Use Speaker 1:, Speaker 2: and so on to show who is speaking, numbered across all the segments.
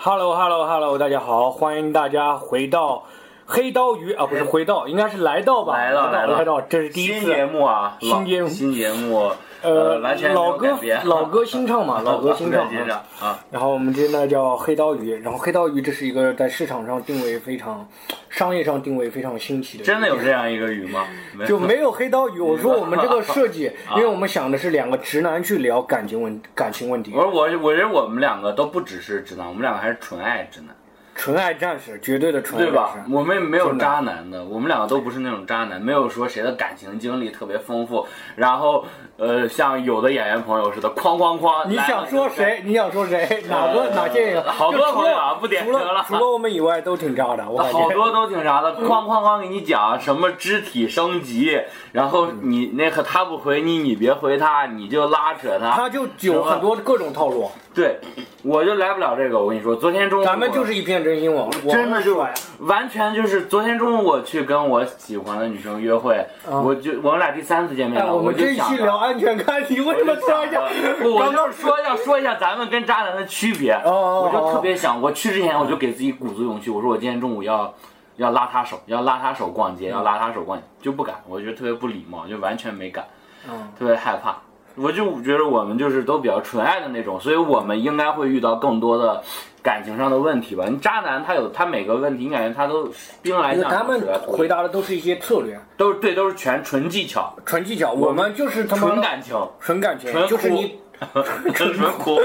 Speaker 1: Hello，Hello，Hello，大家好，欢迎大家回到黑刀鱼啊，不是回到，应该是来到吧？
Speaker 2: 哎来了来了
Speaker 1: 来到，这是第一
Speaker 2: 新
Speaker 1: 次。
Speaker 2: 节目啊，
Speaker 1: 新
Speaker 2: 老
Speaker 1: 节目
Speaker 2: 新节目，
Speaker 1: 呃，
Speaker 2: 完全没有
Speaker 1: 老
Speaker 2: 改
Speaker 1: 歌
Speaker 2: 变，
Speaker 1: 老 歌新唱嘛，老歌新唱。
Speaker 2: 新唱啊，
Speaker 1: 然后我们这呢叫黑刀鱼，然后黑刀鱼这是一个在市场上定位非常、商业上定位非常新奇的，
Speaker 2: 真的有这样一个鱼吗？没有啊
Speaker 1: 就没有黑刀鱼。我 说我们这个设计，因为我们想的是两个直男去聊感情问感情问题
Speaker 2: 我，说我我认为我们两个都不只是直男，我们两个还是纯爱直男，
Speaker 1: 纯爱战士，绝对的纯
Speaker 2: 对
Speaker 1: 爱战
Speaker 2: 吧？
Speaker 1: 士。
Speaker 2: 我们也没有渣男的，我们两个都不是那种渣男，没有说谁的感情经历特别丰富，然后呃，像有的演员朋友似的，哐哐哐，
Speaker 1: 你
Speaker 2: 来了
Speaker 1: 想说？谁？你想说谁？哪个
Speaker 2: 呃
Speaker 1: 哪些人？
Speaker 2: 好多
Speaker 1: 就除
Speaker 2: 朋友
Speaker 1: 了
Speaker 2: 啊不点
Speaker 1: 除
Speaker 2: 名了
Speaker 1: 了除了我们以外都挺渣的，我感
Speaker 2: 好
Speaker 1: 觉。
Speaker 2: 多都挺啥的，哐哐哐给你讲什么肢体升级，然后你那个他不回你，你别回他，你就拉扯他。
Speaker 1: 他就有很多各种套路，
Speaker 2: 对，我就来不了这个。我跟你说，昨天中午
Speaker 1: 咱们就是一片真心网，我
Speaker 2: 真的就
Speaker 1: 我
Speaker 2: 完全就是昨天中午我去跟我喜欢的女生约会，我就我们俩第三次见面
Speaker 1: 啊哎，
Speaker 2: 了，
Speaker 1: 我们
Speaker 2: 就
Speaker 1: 这一
Speaker 2: 想
Speaker 1: 期
Speaker 2: 着
Speaker 1: 聊安全感，你为什么突然想？
Speaker 2: 不，我就是说要说一下咱们跟渣男的区别。
Speaker 1: 哦
Speaker 2: 我就特别想，我去之前我就给自己鼓足勇气，我说我今天中午要要拉他手，要拉他手逛
Speaker 1: 嗯
Speaker 2: 街，要拉他手逛街，就不敢，我觉得特别不礼貌，就完全没敢，
Speaker 1: 嗯
Speaker 2: 特别害怕。我就觉得我们就是都比较纯爱的那种，所以我们应该会遇到更多的感情上的问题吧。你渣男他有他每个问题，你感觉他都兵来
Speaker 1: 因为
Speaker 2: 将
Speaker 1: 他们
Speaker 2: 挡水来土
Speaker 1: 回答的都是一些策略、
Speaker 2: 都是对，都是全纯技巧、
Speaker 1: 纯技巧，我们就是他妈
Speaker 2: 纯
Speaker 1: 的
Speaker 2: 感情。
Speaker 1: 纯感情
Speaker 2: 纯，哭
Speaker 1: 就是你
Speaker 2: 纯哭，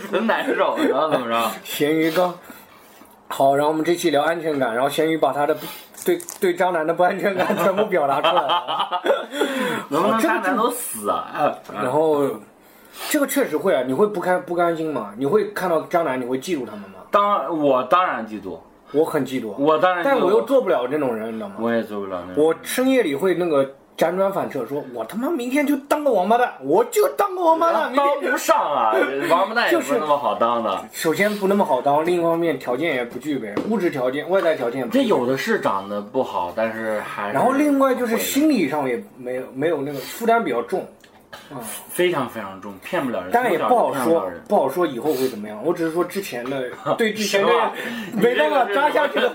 Speaker 2: 纯难受，然后怎么 着？
Speaker 1: 咸鱼刚好，然后我们这期聊安全感，然后咸鱼把他的不对对渣男的不安全感全部表达出来了，
Speaker 2: 能不能
Speaker 1: 这个
Speaker 2: 渣男都死啊？
Speaker 1: 然后这个确实会啊，你会不开不甘心吗？你会看到渣男，你会嫉妒他们吗？
Speaker 2: 当我当然嫉妒，
Speaker 1: 我很嫉妒，啊
Speaker 2: 我当然嫉妒，
Speaker 1: 但我又做不了这种人，你知道吗？
Speaker 2: 我也做不了那种。
Speaker 1: 我深夜里会那个辗转反侧，说我他妈明天就当个王八蛋，我就当个王八蛋，明
Speaker 2: 当
Speaker 1: 天。
Speaker 2: 不上 啊，王八蛋也
Speaker 1: 就
Speaker 2: 不
Speaker 1: 是
Speaker 2: 是那么好当的。
Speaker 1: 首先不那么好当，另一方面条件也不具备，物质条件、外在条件也不具
Speaker 2: 这
Speaker 1: 备。
Speaker 2: 有的是长得不好，但是还是
Speaker 1: 然后另外就是心理上也没有没有那个负担比较重，
Speaker 2: 非常非常重，骗不了人，
Speaker 1: 但也不好
Speaker 2: 从小就骗不
Speaker 1: 说
Speaker 2: 了人，
Speaker 1: 不好说以后会怎么样。我只是说之前的 对之前的
Speaker 2: 行啊
Speaker 1: 没办法
Speaker 2: 你这个是
Speaker 1: 扎下去的。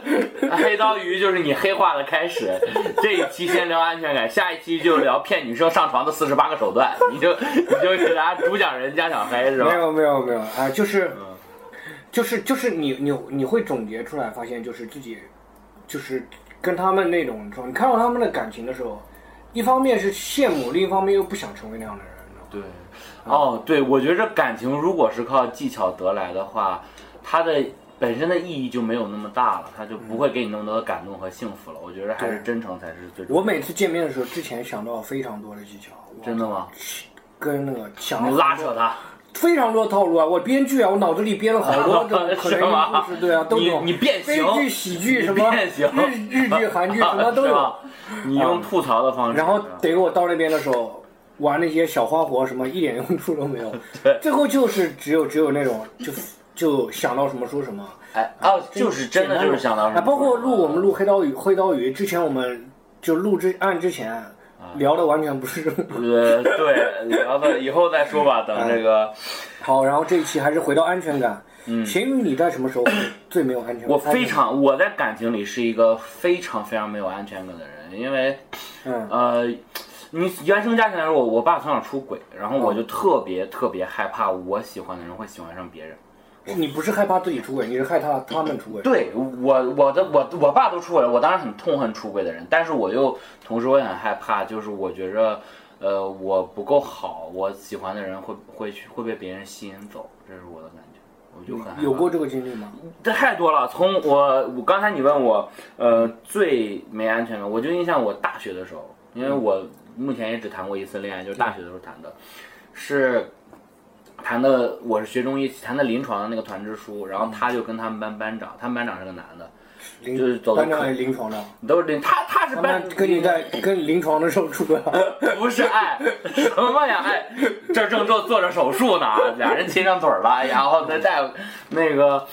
Speaker 2: 黑刀鱼就是你黑化的开始。这一期先聊安全感，下一期就聊骗女生上床的四十八个手段。你就 你就给大家主讲人加小黑是
Speaker 1: 没
Speaker 2: 吧？嗯
Speaker 1: 有没有没有啊、就是就是就是你你你会总结出来，发现就是自己就是跟他们那种说，你看到他们的感情的时候，一方面是羡慕，另一方面又不想成为那样的人，你知道吗
Speaker 2: 对，哦，对，我觉着感情如果是靠技巧得来的话，它的本身的意义就没有那么大了，它就不会给你那么多的感动和幸福了。我觉着还是
Speaker 1: 对
Speaker 2: 真诚才是最重
Speaker 1: 我
Speaker 2: 要的。
Speaker 1: 每次见面的时候，之前想到非常多的技巧，我
Speaker 2: 真的吗？
Speaker 1: 跟那个 想
Speaker 2: 你拉扯他，
Speaker 1: 非常多套路啊！我编剧啊，我脑子里编了好多种可
Speaker 2: 是吗
Speaker 1: 能故事，对啊，都
Speaker 2: 你
Speaker 1: 有。
Speaker 2: 你变
Speaker 1: 悲
Speaker 2: 形
Speaker 1: 剧、喜剧
Speaker 2: 你
Speaker 1: 什么
Speaker 2: 变形
Speaker 1: 日日剧、韩剧什么都
Speaker 2: 是
Speaker 1: 有嗯
Speaker 2: 吧。你用吐槽的方式，
Speaker 1: 然后等我到那边的时候，玩那些小花活什么一 点用处都没有。最后就是只有只有那种就就想到什么说什么。
Speaker 2: 哎哦，就是真的就是想到什
Speaker 1: 啊
Speaker 2: 么，
Speaker 1: 包括录我们录黑刀鱼，黑刀鱼之前我们就录之案之
Speaker 2: 啊
Speaker 1: 前聊的完全不是这种。
Speaker 2: 呃，对，聊到以后再说吧，等这
Speaker 1: 哎
Speaker 2: 个。
Speaker 1: 好，然后这一期还是回到安全感。嗯，咸鱼，你在什么时候最没有安全感？
Speaker 2: 我非常，我在感情里是一个非常非常没有安全感的人，因为，
Speaker 1: 嗯
Speaker 2: 呃，你原生家庭来说，我我爸从小出轨，然后
Speaker 1: 嗯
Speaker 2: 我就特别特别害怕我喜欢的人会喜欢上别人。
Speaker 1: 你不是害怕自己出轨，你是害怕他们出轨。
Speaker 2: 对我，我的我我爸都出轨了，我当然很痛恨出轨的人，但是我又同时我也很害怕，就是我觉着，呃，我不够好，我喜欢的人会会去会被别人吸引走，这是我的感觉，我就很害怕
Speaker 1: 有过这个经历吗？
Speaker 2: 这太多了。从我我刚才你问我，呃，最没安全感，我就印象我大学的时候，因为
Speaker 1: 嗯
Speaker 2: 我目前也只谈过一次恋爱，就是大学的时候谈的，是谈的我是学中医，谈的临床的那个团支书，
Speaker 1: 嗯
Speaker 2: 然后他就跟他们班班长，他们班长是个男的，
Speaker 1: 临
Speaker 2: 就是走
Speaker 1: 班长还是临床的？
Speaker 2: 都是临他他是
Speaker 1: 他
Speaker 2: 班
Speaker 1: 们跟你在跟临床的时候出轨了，
Speaker 2: 不是爱什么呀爱，这正做做着手术呢，俩人亲上嘴儿了，然后再带那个，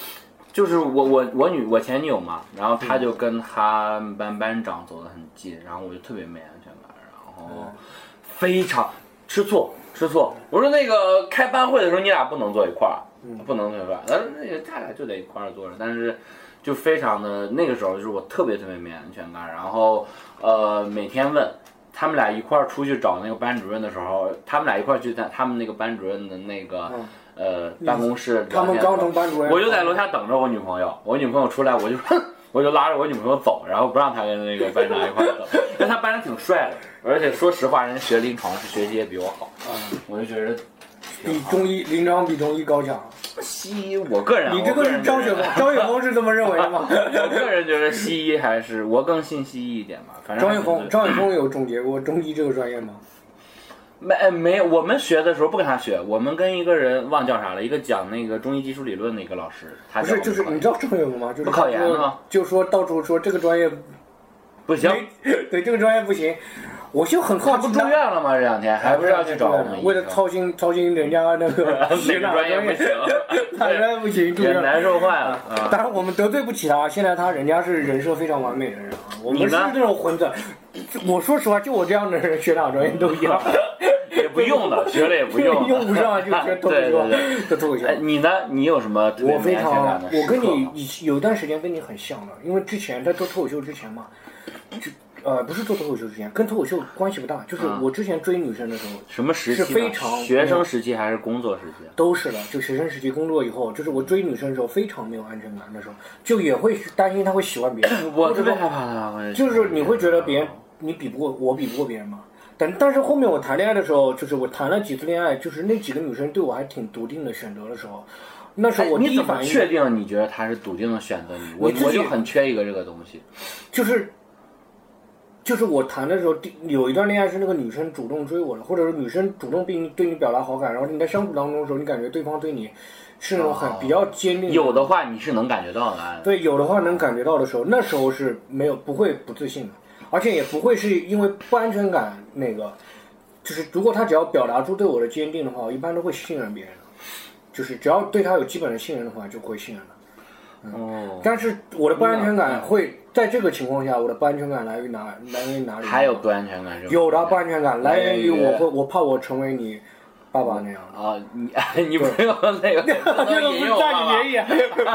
Speaker 2: 就是我我我女我前女友嘛，然后她就跟她们班班长走得很近，然后我就特别没安全感，然
Speaker 1: 嗯
Speaker 2: 后非常吃醋吃醋，我说那个开班会的时候你俩不能坐一块儿，
Speaker 1: 嗯
Speaker 2: 不能退出来，但是那个大家就得一块儿坐着，但是就非常的那个时候就是我特别特别没安全感，然后呃每天问他们俩一块儿出去找那个班主任的时候，他们俩一块儿去在他们那个班主任的那个、呃办公室
Speaker 1: 嗯他
Speaker 2: 聊
Speaker 1: 们
Speaker 2: 天的时候，
Speaker 1: 刚从班主任，
Speaker 2: 我就在楼下等着我女朋友，我女朋友出来，我就 我就拉着我女朋友走，然后不让她跟那个班长一块儿走， 因为他班长挺帅的，而且说实话，人家学临床是学习也比我好，
Speaker 1: 嗯
Speaker 2: 我就觉得
Speaker 1: 比中医临床比中医高强。
Speaker 2: 西医，我个人啊，
Speaker 1: 你这
Speaker 2: 我
Speaker 1: 个
Speaker 2: 人
Speaker 1: 是张雪
Speaker 2: 觉
Speaker 1: 峰
Speaker 2: 得，
Speaker 1: 张雪峰是这么认为的吗？
Speaker 2: 我个人觉得西医还是我更信西医一点吧，反正
Speaker 1: 张雪
Speaker 2: 还
Speaker 1: 峰，
Speaker 2: 是
Speaker 1: 张雪峰有总结过中医这个专业吗？
Speaker 2: 没哎没有，我们学的时候不跟他学，我们跟一个人忘叫啥了，一个讲那个中医基础理论的一个老师，他
Speaker 1: 不
Speaker 2: 教
Speaker 1: 是，
Speaker 2: 我
Speaker 1: 就是
Speaker 2: 们
Speaker 1: 你知道张雪峰吗？就是
Speaker 2: 不考研
Speaker 1: 说
Speaker 2: 的吗？
Speaker 1: 就说到处说这个专业
Speaker 2: 不行，
Speaker 1: 对这个专业不行，我就很好
Speaker 2: 他
Speaker 1: 奇
Speaker 2: 不
Speaker 1: 他，
Speaker 2: 住院了吗？这两天还不是要去找我们医生？
Speaker 1: 为了 操心操心人家那个
Speaker 2: 那个专业 不行，
Speaker 1: 哪个专业不 行住
Speaker 2: 也
Speaker 1: 院。
Speaker 2: 难受坏了啊！
Speaker 1: 当然，我们得罪不起他。现在他人家是人设非常完美的人啊，我们
Speaker 2: 你
Speaker 1: 是
Speaker 2: 呢
Speaker 1: 这种混子。我说实话，就我这样的人学哪专业都一 样，
Speaker 2: 也不用了，学了也 不用
Speaker 1: 用不
Speaker 2: 了。
Speaker 1: 上就学脱口
Speaker 2: 对对
Speaker 1: 秀，
Speaker 2: 对
Speaker 1: 就脱口秀
Speaker 2: 哎，。你呢？你有什么特别
Speaker 1: 我非
Speaker 2: 没安全
Speaker 1: 常
Speaker 2: 感，的时
Speaker 1: 我
Speaker 2: 刻
Speaker 1: 跟
Speaker 2: 吗？
Speaker 1: 你以有一段时间跟你很像的，因为之前在做脱口秀之前嘛，就呃不是做脱口秀之前，跟脱口秀关系不大，
Speaker 2: 啊
Speaker 1: 就是我之前追女生的时候，
Speaker 2: 什么时期呢？
Speaker 1: 是非常
Speaker 2: 学生时期还是工作时期？，
Speaker 1: 都是的，就学生时期工作以后，就是我追女生的时候非常没有安全感那时候，就也会担心她会喜欢别人 或
Speaker 2: 我
Speaker 1: 者
Speaker 2: 特
Speaker 1: 说
Speaker 2: 别害怕他，我也
Speaker 1: 就是你会觉得别人你比不过我，比不过别人嘛。但但是后面我谈恋爱的时候，就是我谈了几次恋爱，就是那几个女生对我还挺笃定的选择的时候，那时候我第
Speaker 2: 哎你
Speaker 1: 一
Speaker 2: 怎么
Speaker 1: 反应
Speaker 2: 确定你觉得他是笃定的选择你？我
Speaker 1: 你自己
Speaker 2: 我就很缺一个这个东西。
Speaker 1: 就是就是我谈的时候，第有一段恋爱是那个女生主动追我的，或者是女生主动对你对你表达好感，然后你在相处当中的时候，你感觉对方对你是那种很比较坚定的
Speaker 2: 哦有的话你是能感觉到的，
Speaker 1: 对，有的话能感觉到的时候，那时候是没有不会不自信的，而且也不会是因为不安全感那个，就是如果他只要表达出对我的坚定的话，我一般都会信任别人的，就是只要对他有基本的信任的话，就会信任的。
Speaker 2: 哦，
Speaker 1: 但是我的不安全感会在这个情况下，我的不安全感来源于哪？来源于哪里？
Speaker 2: 还有不安全感这种
Speaker 1: 有的不安全感来源于
Speaker 2: 来源于
Speaker 1: 我会，我怕我成为你爸爸那样 的。
Speaker 2: 啊，你你 不用那个，
Speaker 1: 这
Speaker 2: 这
Speaker 1: 个不是占你 便宜啊，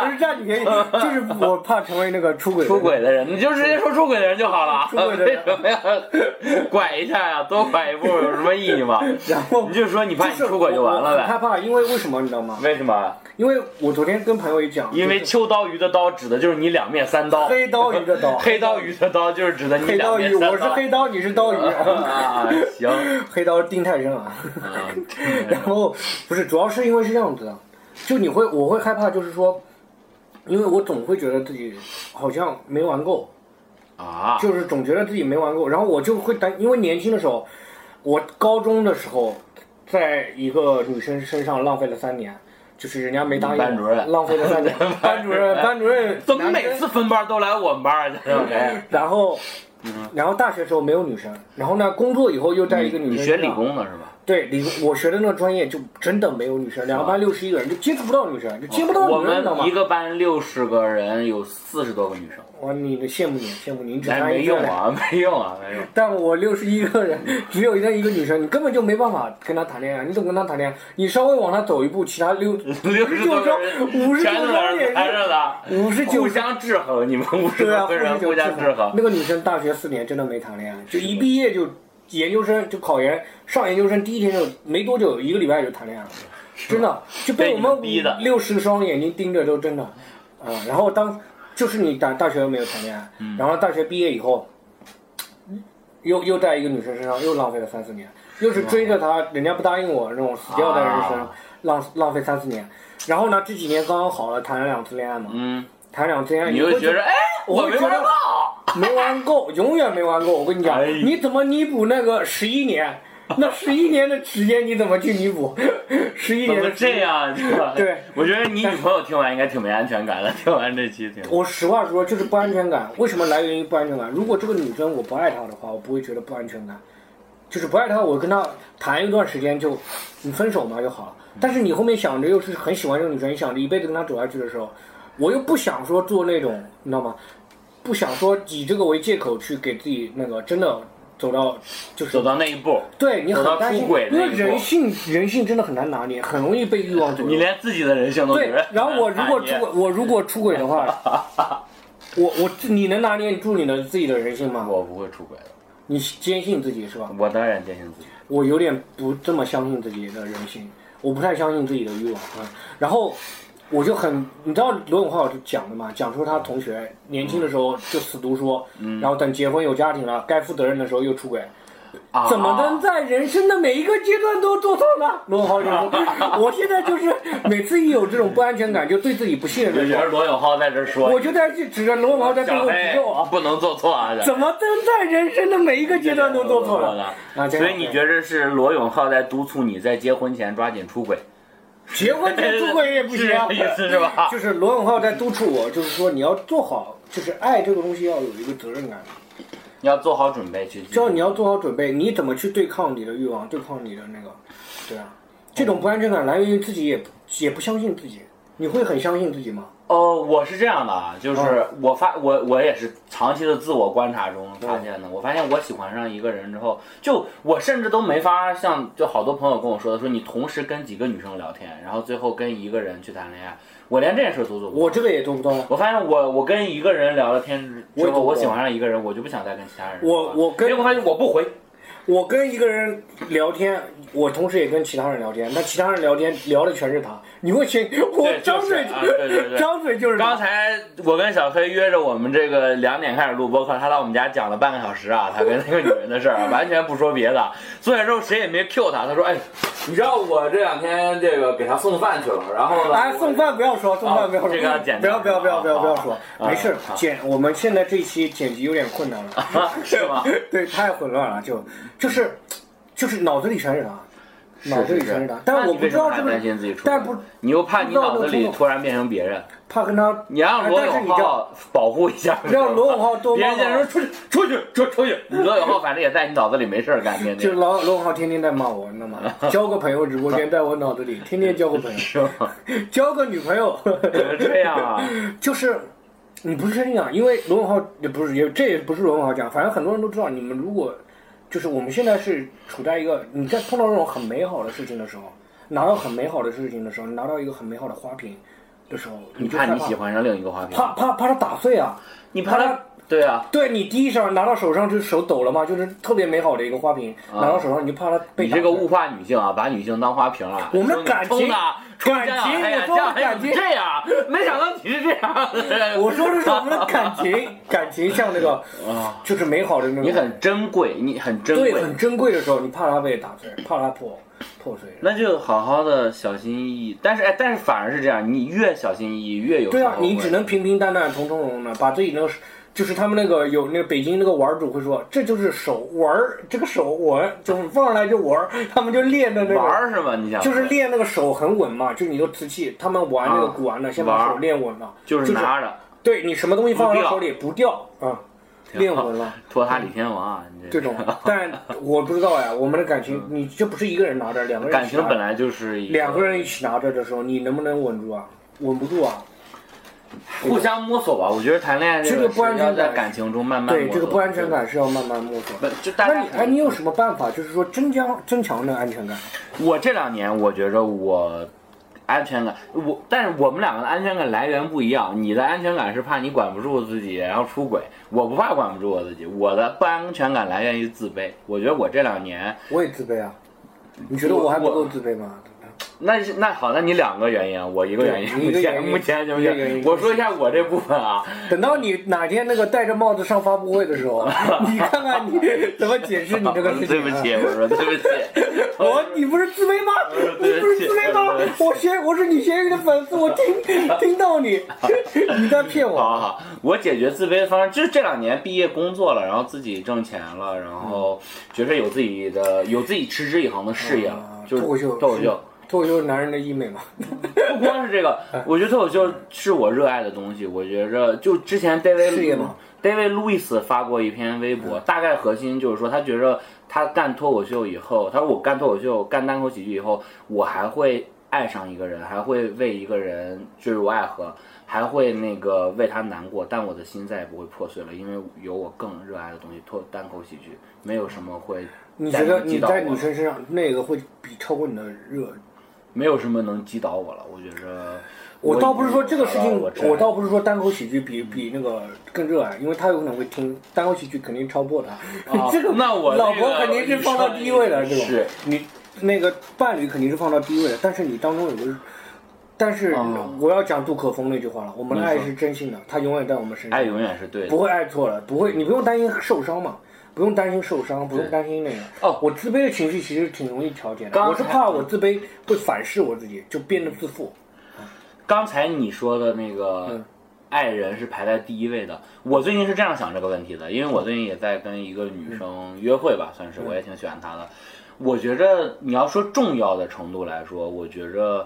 Speaker 1: 不是占你便宜，就是我怕成为那个出轨的人
Speaker 2: 出轨的人，你就直接说出轨的人就好了。
Speaker 1: 出轨的人
Speaker 2: 为什么要 拐一下呀、多拐一步有什么意义吗？
Speaker 1: 然后
Speaker 2: 你就说你怕你出轨就完了
Speaker 1: 我很害
Speaker 2: 呗？
Speaker 1: 怕，因为为什么你知道吗？
Speaker 2: 为什么？
Speaker 1: 因为我昨天跟朋友一讲，
Speaker 2: 因为
Speaker 1: 就是
Speaker 2: 秋刀鱼的刀指的就是你两面三刀，
Speaker 1: 黑刀鱼的刀，
Speaker 2: 黑刀鱼的刀就是指的你
Speaker 1: 黑
Speaker 2: 两
Speaker 1: 刀
Speaker 2: 面
Speaker 1: 鱼，
Speaker 2: 三刀。
Speaker 1: 我是黑刀，你是刀鱼，
Speaker 2: 啊，行，
Speaker 1: 黑刀是丁太升 啊。
Speaker 2: 啊
Speaker 1: 然后不是，主要是因为是这样子的，就你会，我会害怕，就是说，因为我总会觉得自己好像没玩够，
Speaker 2: 啊，
Speaker 1: 就是总觉得自己没玩够，然后我就会担，因为年轻的时候，我高中的时候，在一个女生身上浪费了三年，就是人家没答应我，
Speaker 2: 班主任
Speaker 1: 浪费了三 年，班主任，班主任
Speaker 2: 怎么
Speaker 1: 男
Speaker 2: 每
Speaker 1: 生
Speaker 2: 次 分班都来我们班儿
Speaker 1: 哎
Speaker 2: 去？
Speaker 1: 然后，
Speaker 2: 嗯
Speaker 1: 然后大学时候没有女生，然后呢，工作以后又在一个女
Speaker 2: 你
Speaker 1: 生
Speaker 2: 学
Speaker 1: 身
Speaker 2: 理
Speaker 1: 上，
Speaker 2: 工的是吧？
Speaker 1: 对理工，我学的那个专业就真的没有女生，两个班六十一个人就接触不到女生，就接不到
Speaker 2: 啊我
Speaker 1: 女生，你知道
Speaker 2: 们
Speaker 1: 吗
Speaker 2: 一？个班六十个人，有四十多个女生，
Speaker 1: 我你的羡慕你，羡慕你，你只
Speaker 2: 哎，
Speaker 1: 谈
Speaker 2: 没
Speaker 1: 一个
Speaker 2: 用
Speaker 1: 人，
Speaker 2: 啊，没用啊，没用。
Speaker 1: 但我六十一个人只有那一个女生，你根本就没办法跟她谈恋爱，你怎么跟她谈恋爱？你稍微往她走一步，其他六
Speaker 2: 六十多个人，
Speaker 1: 59
Speaker 2: 全都在这排着的，
Speaker 1: 五十九
Speaker 2: 互相制衡，你们五十
Speaker 1: 对啊， 互
Speaker 2: 多个人
Speaker 1: 相
Speaker 2: 互相制衡。
Speaker 1: 那个女生大学四年真的没谈恋爱，就一毕业就研究生就考研上研究生第一天就没多久，一个礼拜就谈恋爱了，真的就被我
Speaker 2: 被你们逼的
Speaker 1: 们六十双眼睛盯着都真的，啊、然后当就是你大大学没有谈恋爱，
Speaker 2: 嗯
Speaker 1: 然后大学毕业以后，又又在一个女生身上又浪费了三四年，又是追着她，人家不答应我那种死掉的人生，
Speaker 2: 啊
Speaker 1: 浪浪费三四年。然后呢，这几年刚刚好了，谈了两次恋爱嘛，
Speaker 2: 嗯，
Speaker 1: 谈了两次恋爱，
Speaker 2: 你
Speaker 1: 会
Speaker 2: 就觉得哎，
Speaker 1: 我
Speaker 2: 我
Speaker 1: 会
Speaker 2: 没
Speaker 1: 觉得
Speaker 2: 玩到，
Speaker 1: 没玩够，永远没玩够。我跟你讲，
Speaker 2: 哎
Speaker 1: 你怎么弥补那个十一年？那十一年的时间你怎么去弥补？ 十一
Speaker 2: 怎
Speaker 1: 年
Speaker 2: 么
Speaker 1: 的时
Speaker 2: 这样？这个
Speaker 1: 对，
Speaker 2: 我觉得你女朋友听完应该挺没安全感的，听完这期挺。
Speaker 1: 我实话说，就是不安全感。为什么来源于不安全感？如果这个女生我不爱她的话，我不会觉得不安全感。就是不爱她，我跟她谈一段时间就，你分手嘛就好了。但是你后面想着又是很喜欢这个女生，你想着一辈子跟她走下去的时候，我又不想说做那种，你知道吗？不想说以这个为借口去给自己那个真的走到就是
Speaker 2: 走到那一步，
Speaker 1: 对你很
Speaker 2: 走到
Speaker 1: 担
Speaker 2: 出
Speaker 1: 心，
Speaker 2: 轨
Speaker 1: 因为
Speaker 2: 那一步
Speaker 1: 人性人性真的很难拿捏，很容易被欲望左
Speaker 2: 你
Speaker 1: 右。
Speaker 2: 连自己的人性都
Speaker 1: 对
Speaker 2: 觉得，哎
Speaker 1: 然后我如 果出
Speaker 2: 难
Speaker 1: 轨
Speaker 2: 捏，
Speaker 1: 我如果出轨的话， 我我你能拿捏住你的自己的人性吗？
Speaker 2: 我不会出轨的，
Speaker 1: 你坚信自己是吧？
Speaker 2: 我当然坚信自己。
Speaker 1: 我有点不这么相信自己的人性，我不太相信自己的欲望。嗯，然后我就很，你知道罗永浩老师讲的嘛，讲说他同学年轻的时候就死读书，
Speaker 2: 嗯
Speaker 1: 然后等结婚有家庭了，该负责任的时候又出轨，
Speaker 2: 啊
Speaker 1: 怎么能在人生的每一个阶段都做到呢？罗永浩就 说，我现在就是每次一有这种不安全感，就对自己不信任
Speaker 2: 有
Speaker 1: 的时候
Speaker 2: 人罗永浩在这儿说，
Speaker 1: 我就在这指着罗永浩在背
Speaker 2: 小
Speaker 1: 后
Speaker 2: 黑
Speaker 1: 指我啊，
Speaker 2: 不能做错啊！
Speaker 1: 怎么能在人生的每一个阶段都做错了？啊这样
Speaker 2: 所以你觉得是罗永浩在督促你在结婚前抓紧出轨？
Speaker 1: 结婚前出轨也不行啊，
Speaker 2: 是这个意思是吧
Speaker 1: 就是罗永浩在督促我，就是说你要做好，就是爱这个东西要有一个责任感，
Speaker 2: 你要做好准备去。
Speaker 1: 只要你要做好准备，你怎么去对抗你的欲望，对抗你的那个，对啊，这种不安全感来源于自己也也不相信自己，你会很相信自己吗？
Speaker 2: 哦，我是这样的啊，就是我发我我也是长期的自我观察中发现的。我发现我喜欢上一个人之后，就我甚至都没法像就好多朋友跟我说的，说你同时跟几个女生聊天，然后最后跟一个人去谈恋爱，我连这件事都做不到。
Speaker 1: 我这个也做不到啊，
Speaker 2: 我发现我我跟一个人聊了天之
Speaker 1: 我也
Speaker 2: 后，
Speaker 1: 懂
Speaker 2: 我喜欢上一个人，我就不想再跟其他人。
Speaker 1: 我我跟
Speaker 2: 结果发现我不回，
Speaker 1: 我跟一个人聊天，我同时也跟其他人聊天，但其他人聊天聊的全是他，你会觉我
Speaker 2: 对就是
Speaker 1: 张嘴
Speaker 2: 啊对对对
Speaker 1: 张嘴就是他
Speaker 2: 刚才我跟小飞约着我们这个两点开始录播客，他到我们家讲了半个小时啊，他跟那个女人的事儿 啊，完全不说别的，所以说谁也没 Q 他。他说：“哎，你知道我这两天这个给他送饭去了，然后呢？”
Speaker 1: 哎，送饭不要说，送饭不要说，
Speaker 2: 这个要剪
Speaker 1: 不要不要不要不要不要
Speaker 2: 啊
Speaker 1: 说，
Speaker 2: 啊
Speaker 1: 没事
Speaker 2: 啊，
Speaker 1: 剪。我们现在这期剪辑有点困难了，
Speaker 2: 啊， 是吗？
Speaker 1: 对，太混乱了，就就是就是脑子里全是他，脑子里全是他，但
Speaker 2: 那
Speaker 1: 我
Speaker 2: 你
Speaker 1: 不
Speaker 2: 为
Speaker 1: 知
Speaker 2: 什么
Speaker 1: 道这
Speaker 2: 还担
Speaker 1: 个，
Speaker 2: 心自己出轨，
Speaker 1: 但不
Speaker 2: 你又怕你脑子
Speaker 1: 不知道这个冲哎
Speaker 2: 里
Speaker 1: 动
Speaker 2: 突然变成别人，
Speaker 1: 怕跟他
Speaker 2: 你让罗永浩保护一下，
Speaker 1: 让罗永浩多
Speaker 2: 别人
Speaker 1: 帮
Speaker 2: 见
Speaker 1: 忙啊
Speaker 2: 说出去出去出出去，你罗永浩反正也在你脑子里没事儿干，天
Speaker 1: 就
Speaker 2: 天
Speaker 1: 是老罗永浩天天在骂我，你知道 吗？交个朋友直播间在我脑子里，天天交个朋友，
Speaker 2: 是吗？
Speaker 1: 交个女朋友，
Speaker 2: 怎么这样啊？
Speaker 1: 就是你不是这样，因为罗永浩也不是也这也不是罗永浩讲，反正很多人都知道，你们如果就是我们现在是处在一个你在碰到这种很美好的事情的时候，拿到很美好的事情的时候，你拿到一个很美好的花瓶的时候，
Speaker 2: 你
Speaker 1: 就
Speaker 2: 怕
Speaker 1: 害
Speaker 2: 你
Speaker 1: 怕
Speaker 2: 喜，欢上另一个花瓶，
Speaker 1: 怕怕怕它打碎啊！
Speaker 2: 你怕他
Speaker 1: 怕，
Speaker 2: 对啊，
Speaker 1: 对你第一手拿到手上就手抖了嘛，就是特别美好的一个花瓶，拿到手上你就怕它被
Speaker 2: 啊你
Speaker 1: 打
Speaker 2: 这个
Speaker 1: 碎
Speaker 2: 物化女性啊，把女性当花瓶啊。
Speaker 1: 我们的感情
Speaker 2: 冲啊，冲
Speaker 1: 感
Speaker 2: 江
Speaker 1: 情
Speaker 2: 小
Speaker 1: 我说的
Speaker 2: 黑啊，江小黑
Speaker 1: 感情
Speaker 2: 这样，啊没想到你是这样的。
Speaker 1: 我说的是我们的感情，感情像 那个，就是美好的那种。
Speaker 2: 啊你很珍贵，你很珍
Speaker 1: 对
Speaker 2: 贵，
Speaker 1: 很珍贵的时候，你怕它被打 碎，怕它破破碎。
Speaker 2: 那就好好的小心翼翼。但是哎，但是反而是这样，你越小心翼翼越有
Speaker 1: 对啊
Speaker 2: 时，候
Speaker 1: 你
Speaker 2: 会
Speaker 1: 只能平平淡淡、从从容容的把自己那个，就是他们那个有那个北京那个玩儿主会说，这就是手玩儿，这个手稳，就是放上来就玩儿， 他们就练的那
Speaker 2: 玩
Speaker 1: 个，
Speaker 2: 儿是吧？你想
Speaker 1: 就是练那个手很稳嘛，就是你都瓷器，他们玩那个古玩的，先
Speaker 2: 玩
Speaker 1: 把
Speaker 2: 儿
Speaker 1: 手练稳了，
Speaker 2: 就
Speaker 1: 就是
Speaker 2: 拿着
Speaker 1: 对你什么东西放
Speaker 2: 不
Speaker 1: 到
Speaker 2: 掉
Speaker 1: 手里不掉啊，
Speaker 2: 挺
Speaker 1: 练
Speaker 2: 好
Speaker 1: 稳了。
Speaker 2: 托塔李天王啊，你
Speaker 1: 这 种，但我不知道呀。我们的感情，你这不是一个人拿着，两个人
Speaker 2: 感
Speaker 1: 一起
Speaker 2: 情
Speaker 1: 拿
Speaker 2: 本来就是一
Speaker 1: 两个人一起拿着的时候，你能不能稳住啊？稳不住啊！
Speaker 2: 互相摸索吧。我觉得谈恋爱
Speaker 1: 这
Speaker 2: 个
Speaker 1: 个不安
Speaker 2: 是要
Speaker 1: 全感
Speaker 2: 在感情中慢慢
Speaker 1: 对，
Speaker 2: 摸
Speaker 1: 这个
Speaker 2: 索
Speaker 1: 不安全，感是要慢慢摸索。
Speaker 2: 不就大
Speaker 1: 那
Speaker 2: 家
Speaker 1: 你哎，你有什么办法？就是说增加增强的安全感？
Speaker 2: 我这两年我觉着我安全感，我但是我们两个的安全感来源不一样。你的安全感是怕你管不住自己，然后出轨；我不怕管不住我自己，我的不安全感来源于自卑。我觉得我这两年，
Speaker 1: 我也自卑啊。你觉得我还不
Speaker 2: 我
Speaker 1: 够自卑吗？
Speaker 2: 那是那好，那你两个原因啊，我一个原因，
Speaker 1: 对你一
Speaker 2: 目
Speaker 1: 个
Speaker 2: 前
Speaker 1: 原因
Speaker 2: 目前行不
Speaker 1: 一个原
Speaker 2: 行？
Speaker 1: 因
Speaker 2: 我说一下我这部分啊，
Speaker 1: 等到你哪天那个戴着帽子上发布会的时 候，你看看你怎么解 释你这个事情、啊。
Speaker 2: 对不起，我说对不起，
Speaker 1: 我你不是自卑吗？你
Speaker 2: 对
Speaker 1: 不
Speaker 2: 不
Speaker 1: 是
Speaker 2: 起
Speaker 1: 自卑吗
Speaker 2: 对不？
Speaker 1: 我咸我是你咸鱼的粉丝，我听 听到你，你在骗
Speaker 2: 好好
Speaker 1: 我。
Speaker 2: 好，我解决自卑的方式就是这两年毕业工作了，然后自己挣钱了，然后觉着有自己的有自己持之以恒的事业了，
Speaker 1: 嗯
Speaker 2: 就是
Speaker 1: 脱口秀
Speaker 2: 脱口秀。
Speaker 1: 脱口秀是男人的医美嘛？
Speaker 2: 不光是这个，
Speaker 1: 哎
Speaker 2: 我觉得脱口秀是我热爱的东西。我觉着就之前 David
Speaker 1: 事业嗯嘛
Speaker 2: David Lewis 发过一篇微博，大概核心就是说，他觉着他干脱口秀以后，他说我干脱口秀、干单口喜剧以后，我还会爱上一个人，还会为一个人坠入爱河。还会那个为他难过，但我的心再也不会破碎了，因为有我更热爱的东西。脱单口喜剧没有什么会
Speaker 1: 你
Speaker 2: 再
Speaker 1: 觉得
Speaker 2: 能击
Speaker 1: 你
Speaker 2: 倒我
Speaker 1: 在
Speaker 2: 了，
Speaker 1: 女生身上那个会比超过你的热？
Speaker 2: 没有什么能击倒我了。我觉着
Speaker 1: 我倒不是说这个事情，
Speaker 2: 我
Speaker 1: 我
Speaker 2: 已经找到我
Speaker 1: 倒不是说单口喜剧比比那个更热啊爱，因为他有可能会听单口喜剧，肯定超过他。
Speaker 2: 啊
Speaker 1: 这个
Speaker 2: 那我
Speaker 1: 老
Speaker 2: 这
Speaker 1: 婆
Speaker 2: 个
Speaker 1: 肯定是放到第一位的，这种
Speaker 2: 是
Speaker 1: 你那个伴侣肯定是放到第一位的，但是你当中有个，但是
Speaker 2: 啊
Speaker 1: 我要讲杜可风那句话了，我们的爱
Speaker 2: 你说
Speaker 1: 是真心的，他永远在我们身上
Speaker 2: 爱。永远是对的。
Speaker 1: 不会爱错了，不会，你不用担心受伤嘛，不用担心受伤，不用担心那个。
Speaker 2: 哦
Speaker 1: 我自卑的情绪其实挺容易调节的，
Speaker 2: 刚才
Speaker 1: 我是怕我自卑会反噬我自己，就变得自负。
Speaker 2: 刚才你说的那个
Speaker 1: 嗯
Speaker 2: 爱人是排在第一位的，我最近是这样想这个问题的，因为我最近也在跟一个女生约会吧，算是我也挺喜欢她的。我觉着你要说重要的程度来说，我觉着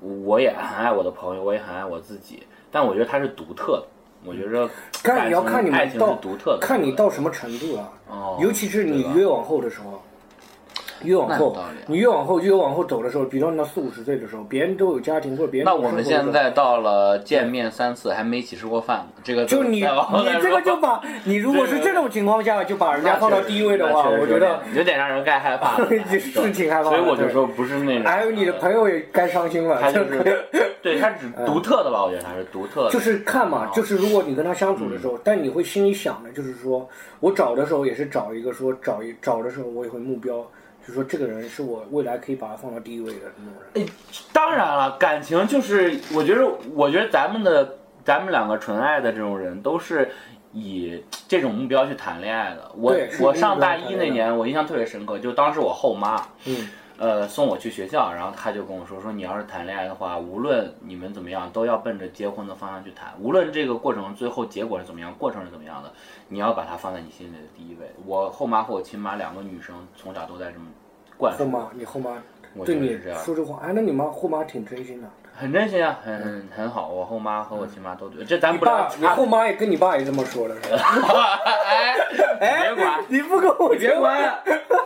Speaker 2: 我也很爱我的朋友，我也很爱我自己，但我觉得她是独特的。我觉着
Speaker 1: 看你要看你
Speaker 2: 爱
Speaker 1: 们
Speaker 2: 情是
Speaker 1: 到
Speaker 2: 独特的，
Speaker 1: 看你到什么程度了、
Speaker 2: 哦
Speaker 1: 尤其是你
Speaker 2: 对吧
Speaker 1: 越往后的时候，越往
Speaker 3: 那有
Speaker 1: 后
Speaker 3: 道理啊，
Speaker 1: 你越往后越往后走的时候，比如说你到四五十岁的时候，别人都有家庭或者别人
Speaker 3: 那
Speaker 1: 都有
Speaker 3: 我们
Speaker 1: 生活的
Speaker 3: 现
Speaker 1: 时候。
Speaker 3: 在到了见面三次，还没一起吃过饭呢，这个
Speaker 1: 就你，
Speaker 3: 再往后再
Speaker 1: 你这个
Speaker 3: 说
Speaker 1: 就 把你如果是这种情况下就把人家放到第一位的话，
Speaker 2: 那确实
Speaker 1: 我觉得
Speaker 2: 有点有点让人该 害怕了，
Speaker 1: 是挺害怕的
Speaker 2: 所以我就
Speaker 1: 对
Speaker 2: 说不是那种。
Speaker 1: 还有哎你的朋友也该伤心了。
Speaker 2: 他就
Speaker 1: 这
Speaker 2: 是， 对他只独特的吧，我觉得他是独特的，
Speaker 1: 就是看嘛，
Speaker 2: 哦
Speaker 1: 就是如果你跟他相处的时
Speaker 2: 嗯
Speaker 1: 候，但你会心里想的，就是说我找的时候也是找一个说找一找的时候，我也会目标，就是说这个人是我未来可以把他放到第一位的那种人。
Speaker 2: 哎当然了，感情就是，我觉得，我觉得咱们的，咱们两个纯爱的这种人，都是以这种目标去谈恋爱的。我
Speaker 1: 对是
Speaker 2: 我
Speaker 1: 以
Speaker 2: 上
Speaker 1: 目标
Speaker 2: 大
Speaker 1: 谈
Speaker 2: 一
Speaker 1: 恋
Speaker 2: 那
Speaker 1: 爱
Speaker 2: 年，我印象特别深刻，就当时我后妈，
Speaker 1: 嗯，
Speaker 2: 呃，送我去学校，然后她就跟我说，说你要是谈恋爱的话，无论你们怎么样，都要奔着结婚的方向去谈，无论这个过程最后结果是怎么样，过程是怎么样的，你要把它放在你心里的第一位。我后妈和我亲妈两个女生从小都在这么灌
Speaker 1: 后
Speaker 2: 输，
Speaker 1: 妈，你后妈
Speaker 2: 我觉
Speaker 1: 对
Speaker 2: 得
Speaker 1: 你
Speaker 2: 是这样。
Speaker 1: 说这话，哎，那你妈后妈挺真心的。
Speaker 2: 很真心啊，很很很好。我后妈和我亲妈都对，这咱
Speaker 1: 你
Speaker 2: 不聊
Speaker 1: 爸，
Speaker 2: 其
Speaker 1: 你
Speaker 2: 他
Speaker 1: 后
Speaker 2: 的，
Speaker 1: 妈也跟你爸也这么说的是吧？
Speaker 2: 哎， 别管，
Speaker 1: 你不跟我
Speaker 2: 别管，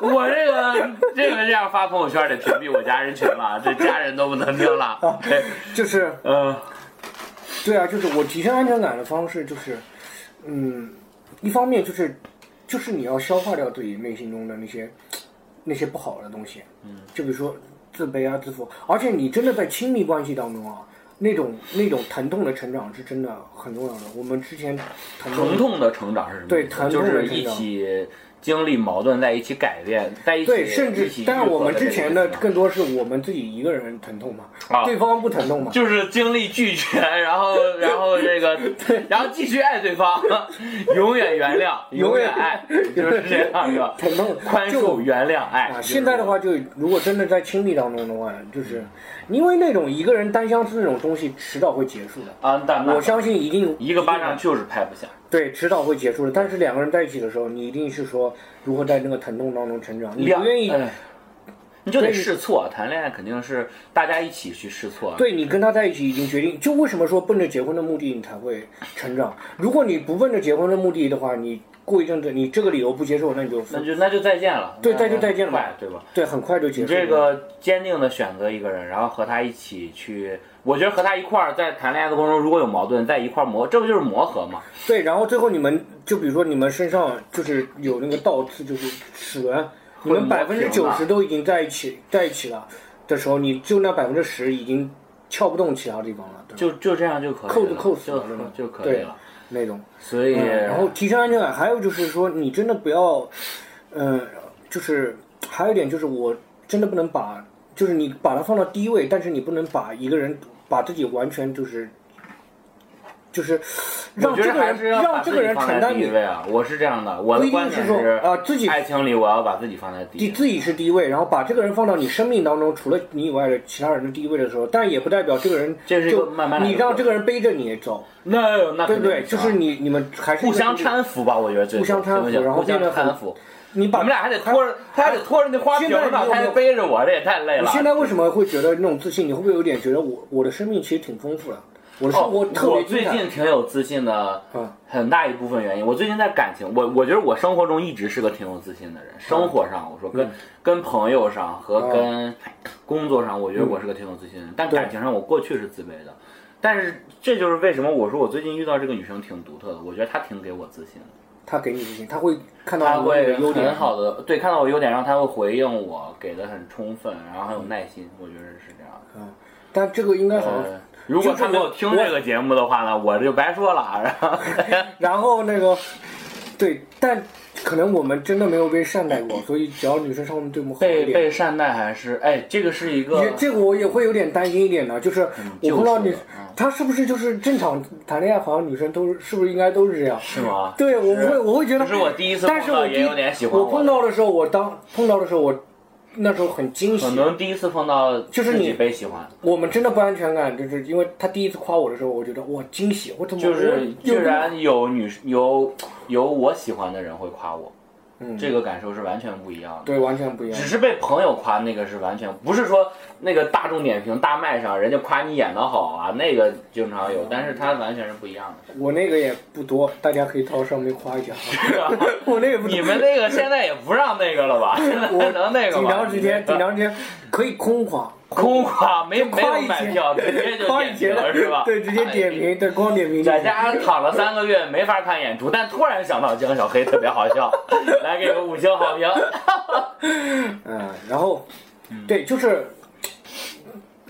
Speaker 2: 我这个这个这样发朋友圈得屏蔽我家人群了，这家人都不能听 了。对，
Speaker 1: 就是
Speaker 2: 嗯，
Speaker 1: 对啊，就是我提升安全感的方式就是，嗯，一方面就是就是你要消化掉自己内心中的那些那些不好的东西，嗯，就比如说自卑啊、自负，而且你真的在亲密关系当中啊，那种那种疼痛的成长是真的很重要的。我们之前疼
Speaker 2: 疼痛的成长是什么意思？
Speaker 1: 对疼痛
Speaker 2: 就
Speaker 1: 的
Speaker 2: 是
Speaker 1: 成
Speaker 2: 一
Speaker 1: 长
Speaker 2: 起经历矛盾，在一起改变，在一起
Speaker 1: 对，甚
Speaker 2: 一
Speaker 1: 至
Speaker 2: 起，
Speaker 1: 但
Speaker 2: 愈
Speaker 1: 是
Speaker 2: 合
Speaker 1: 我们
Speaker 2: 的
Speaker 1: 之
Speaker 2: 这
Speaker 1: 前
Speaker 2: 个啊
Speaker 1: 的
Speaker 2: 过程
Speaker 1: 更多是我们自己一个人疼痛嘛，
Speaker 2: 啊
Speaker 1: 对方不疼痛嘛，
Speaker 2: 就是经历拒绝， 然后然后 这个，然后继续爱对方，永远原谅，永
Speaker 1: 永远
Speaker 2: 远爱，就是这样是吧？
Speaker 1: 疼痛
Speaker 2: 宽
Speaker 1: 就
Speaker 2: 恕、原谅、爱。
Speaker 1: 啊，
Speaker 2: 就是嗯
Speaker 1: 现在的话就如果真的在亲密当中的话，就是因为那种一个人单相思那种东西，迟早会结束的。
Speaker 2: 啊，但
Speaker 1: 我相信一定
Speaker 2: 一个巴掌就是拍不响。
Speaker 1: 对，迟早会结束的。但是两个人在一起的时候，你一定是说如何在那个疼痛当中成长，你
Speaker 2: 两
Speaker 1: 不愿意。
Speaker 2: 哎你就得
Speaker 1: 对
Speaker 2: 试错，谈恋爱肯定是大家一起去试错。
Speaker 1: 对你跟他在一起已经决定，就为什么说奔着结婚的目的你才会成长？如果你不奔着结婚的目的的话，你过一阵子你这个理由不接受，那你就
Speaker 2: 那就那就再见了，
Speaker 1: 对
Speaker 2: 那
Speaker 1: 再就再见了
Speaker 2: 快对吧？
Speaker 1: 对，很快就结
Speaker 2: 你
Speaker 1: 束。
Speaker 2: 这个坚定的选择一个人，然后和他一起去，我觉得和他一块儿在谈恋爱的过程中，如果有矛盾，在一块儿磨，这不就是磨合吗？
Speaker 1: 对，然后最后你们就比如说你们身上就是有那个倒刺，就是齿轮，你
Speaker 2: 会
Speaker 1: 们
Speaker 2: 磨
Speaker 1: 百分之
Speaker 2: 平
Speaker 1: 九
Speaker 2: 吧
Speaker 1: 十都已经在一起在一起了的时候，你就那百分之十已经撬不动其他地方了，对吧
Speaker 2: 就就这样就可以了，
Speaker 1: 扣就扣死
Speaker 2: 就
Speaker 1: 了是吧
Speaker 2: 就可以
Speaker 1: 对
Speaker 2: 了。
Speaker 1: 那种。
Speaker 2: 所以，
Speaker 1: 嗯然后提升安全感，还有就是说你真的不要，嗯、就是还有一点就是我真的不能把，就是你把它放到第一位，但是你不能把一个人把自己完全就是。就是让
Speaker 2: 我觉
Speaker 1: 这
Speaker 2: 得
Speaker 1: 个
Speaker 2: 还
Speaker 1: 人
Speaker 2: 是要把
Speaker 1: 让这
Speaker 2: 自
Speaker 1: 个
Speaker 2: 己
Speaker 1: 人
Speaker 2: 放
Speaker 1: 承
Speaker 2: 在
Speaker 1: 担
Speaker 2: 第一
Speaker 1: 你
Speaker 2: 位啊。我是这样的，我
Speaker 1: 不
Speaker 2: 的
Speaker 1: 一
Speaker 2: 观
Speaker 1: 定
Speaker 2: 点
Speaker 1: 是说啊、自己
Speaker 2: 爱情里我要把自己放在第一
Speaker 1: 你
Speaker 2: 位。
Speaker 1: 自己是第一位，然后把这个人放到你生命当中除了你以外的其他人的第一位的时候，但也不代表这个人
Speaker 2: 这是一个
Speaker 1: 就
Speaker 2: 慢慢来的
Speaker 1: 你让这个人背着你走，
Speaker 2: 那
Speaker 1: 对
Speaker 2: 那肯
Speaker 1: 不
Speaker 2: 定
Speaker 1: 对？就是你你们还是
Speaker 2: 互相，搀扶吧，我觉得最
Speaker 1: 互相搀扶然后
Speaker 2: 互相
Speaker 1: 变得很
Speaker 2: 搀扶。
Speaker 1: 你
Speaker 2: 你
Speaker 1: 把
Speaker 2: 们俩还得拖着，他还得拖着那花瓶
Speaker 1: 现在
Speaker 2: 呢，
Speaker 1: 你有
Speaker 2: 他
Speaker 1: 没
Speaker 2: 还
Speaker 1: 有
Speaker 2: 背着我，这也太累
Speaker 1: 你
Speaker 2: 了。
Speaker 1: 现在为什么会觉得那种自信？你会不会有点觉得我我的生命其实挺丰富的，我的
Speaker 2: 哦
Speaker 1: 生活特
Speaker 2: 我
Speaker 1: 别
Speaker 2: 最
Speaker 1: 精彩
Speaker 2: 近挺有自信的
Speaker 1: 嗯，
Speaker 2: 很大一部分原因，我最近在感情，我我觉得我生活中一直是个挺有自信的人。
Speaker 1: 嗯
Speaker 2: 生活上，我说跟跟朋友上和
Speaker 1: 哦嗯
Speaker 2: 跟工作上，我觉得我是个挺有自信的人。但感情上，我过去是自卑的。但是这就是为什么我说我最近遇到这个女生挺独特的，我觉得她挺给我自信的。
Speaker 1: 他给你自信，他会看到
Speaker 2: 他
Speaker 1: 你的
Speaker 2: 会
Speaker 1: 优点
Speaker 2: 很。好的对看到我优点，然后他会回应我，给的很充分，然后很有耐心，我觉得是这样
Speaker 1: 嗯
Speaker 2: 的。
Speaker 1: 但这个应该好像
Speaker 2: 呃，如果他没有听这个节目的话呢，我就白说了。啊然后
Speaker 1: 然后那个，对，但可能我们真的没有被善待过，所以只要女生稍微对我们好一
Speaker 2: 被被
Speaker 1: 点，
Speaker 2: 善待还是哎，这个是一个
Speaker 1: 也这个我也会有点担心一点的，就是我不知道
Speaker 2: 就
Speaker 1: 女
Speaker 2: 是的嗯，
Speaker 1: 她是不是就是正常谈恋爱，好像女生都是是不是应该都是这样？
Speaker 2: 是吗？
Speaker 1: 对，我会我会觉得，
Speaker 2: 这是我第一次
Speaker 1: 但是
Speaker 2: 碰到
Speaker 1: 我
Speaker 2: 也
Speaker 1: 第一
Speaker 2: 有点喜欢
Speaker 1: 我
Speaker 2: 我
Speaker 1: 碰
Speaker 2: 的
Speaker 1: 到的时候，我当碰到的时候，我那时候很惊喜
Speaker 2: 可，能第一次碰到
Speaker 1: 就是
Speaker 2: 自
Speaker 1: 你
Speaker 2: 己被喜欢，
Speaker 1: 我们真的不安全感，就是因为他第一次夸我的时候，我觉得哇惊喜，我怎么
Speaker 2: 就是
Speaker 1: 我
Speaker 2: 居然有女有有我喜欢的人会夸我，
Speaker 1: 嗯
Speaker 2: 这个感受是完全不一样的。
Speaker 1: 对完全不一样
Speaker 2: 只，是被朋友夸那个是完全不是说那个大众点评大麦上人家夸你演的好啊，那个经常有，但是他完全是不一样的。
Speaker 1: 我那个也不多，大家可以到上面夸一下， 我那个不多
Speaker 2: 啊你们那个现在也不让那个了吧？现在
Speaker 1: 我
Speaker 2: 能那个
Speaker 1: 挺
Speaker 2: 吗？
Speaker 1: 长时间，挺长时间可以空夸，
Speaker 2: 空夸，没没
Speaker 1: 夸
Speaker 2: 有
Speaker 1: 以
Speaker 2: 买
Speaker 1: 前
Speaker 2: 票，直 接就
Speaker 1: 夸
Speaker 2: 点
Speaker 1: 以前
Speaker 2: 评了 是吧？
Speaker 1: 对，直接点
Speaker 2: 哎。
Speaker 1: 名，对，光点名就
Speaker 2: 在
Speaker 1: 行。
Speaker 2: 家躺了三个月没法看演出，但突然想到江小黑特别好 笑，来给个五星好评。
Speaker 1: 嗯，然后，
Speaker 2: 嗯
Speaker 1: 对，就是，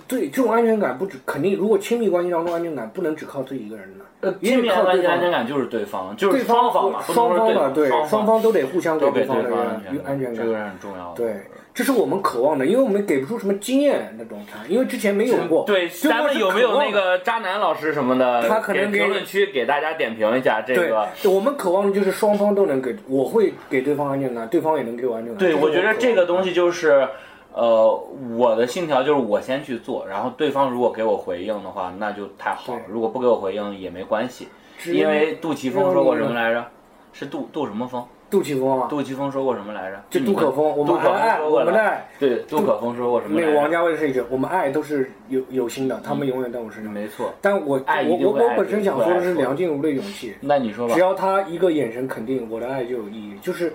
Speaker 1: 对这种安全感不止，肯定如果亲密关系当中安全感不能只靠自己一个人的，
Speaker 2: 呃亲密
Speaker 1: 靠
Speaker 2: 关
Speaker 1: 对
Speaker 2: 系
Speaker 1: 方
Speaker 2: 安全感就是对方，就是
Speaker 1: 对
Speaker 2: 双
Speaker 1: 方
Speaker 2: 方嘛，不
Speaker 1: 双
Speaker 2: 能说
Speaker 1: 方的对，
Speaker 2: 方
Speaker 1: 双方都得互相
Speaker 2: 都
Speaker 1: 对
Speaker 2: 给
Speaker 1: 方
Speaker 2: 对
Speaker 1: 的
Speaker 2: 方
Speaker 1: 一个安全
Speaker 2: 这
Speaker 1: 感
Speaker 2: 个。是很重要的。
Speaker 1: 对，这是我们渴望的，因为我们给不出什么经验那种啥，因为之前没有过。
Speaker 2: 对，
Speaker 1: 就
Speaker 2: 咱
Speaker 1: 我
Speaker 2: 们
Speaker 1: 是
Speaker 2: 有没有
Speaker 1: 渴望
Speaker 2: 那个渣男老师什么的？
Speaker 1: 他可能
Speaker 2: 给
Speaker 1: 给
Speaker 2: 评论区给大家点评一下这
Speaker 1: 对
Speaker 2: 个。，
Speaker 1: 我们渴望的就是双方都能给，我会给对方安全感，对方也能给我安全感。
Speaker 2: 对，
Speaker 1: 是
Speaker 2: 我觉
Speaker 1: 渴
Speaker 2: 得
Speaker 1: 望
Speaker 2: 这个
Speaker 1: 的
Speaker 2: 东西就是，呃，我的信条就是我先去做，然后对方如果给我回应的话，那就太好了；如果不给我回应也没关系，
Speaker 1: 只
Speaker 2: 因为杜琪峰说过什么来着？是杜杜什么峰？
Speaker 1: 杜琪峰啊，
Speaker 2: 杜琪峰说过什么来着？
Speaker 1: 就
Speaker 2: 你
Speaker 1: 嗯
Speaker 2: 们
Speaker 1: 杜可风，我
Speaker 2: 嗯杜
Speaker 1: 们
Speaker 2: 可
Speaker 1: 还
Speaker 2: 风
Speaker 1: 爱
Speaker 2: 说
Speaker 1: 我
Speaker 2: 过
Speaker 1: 们的
Speaker 2: 了。
Speaker 1: 爱，
Speaker 2: 对，杜可风说过什么
Speaker 1: 那
Speaker 2: 来
Speaker 1: 个王
Speaker 2: 着？
Speaker 1: 家卫是一句，我们爱都是有有心的，他们永远在我身上。
Speaker 2: 没错。
Speaker 1: 但我
Speaker 2: 嗯爱一
Speaker 1: 我
Speaker 2: 定
Speaker 1: 我
Speaker 2: 会
Speaker 1: 我
Speaker 2: 爱
Speaker 1: 本身想说的
Speaker 2: 一定会爱
Speaker 1: 是
Speaker 2: 说
Speaker 1: 梁静茹的勇气，
Speaker 2: 那你说吧
Speaker 1: 只。要她一个眼神肯定，我的爱就有意义。就是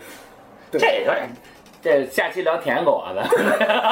Speaker 2: 这有点，这下期聊舔狗啊，咱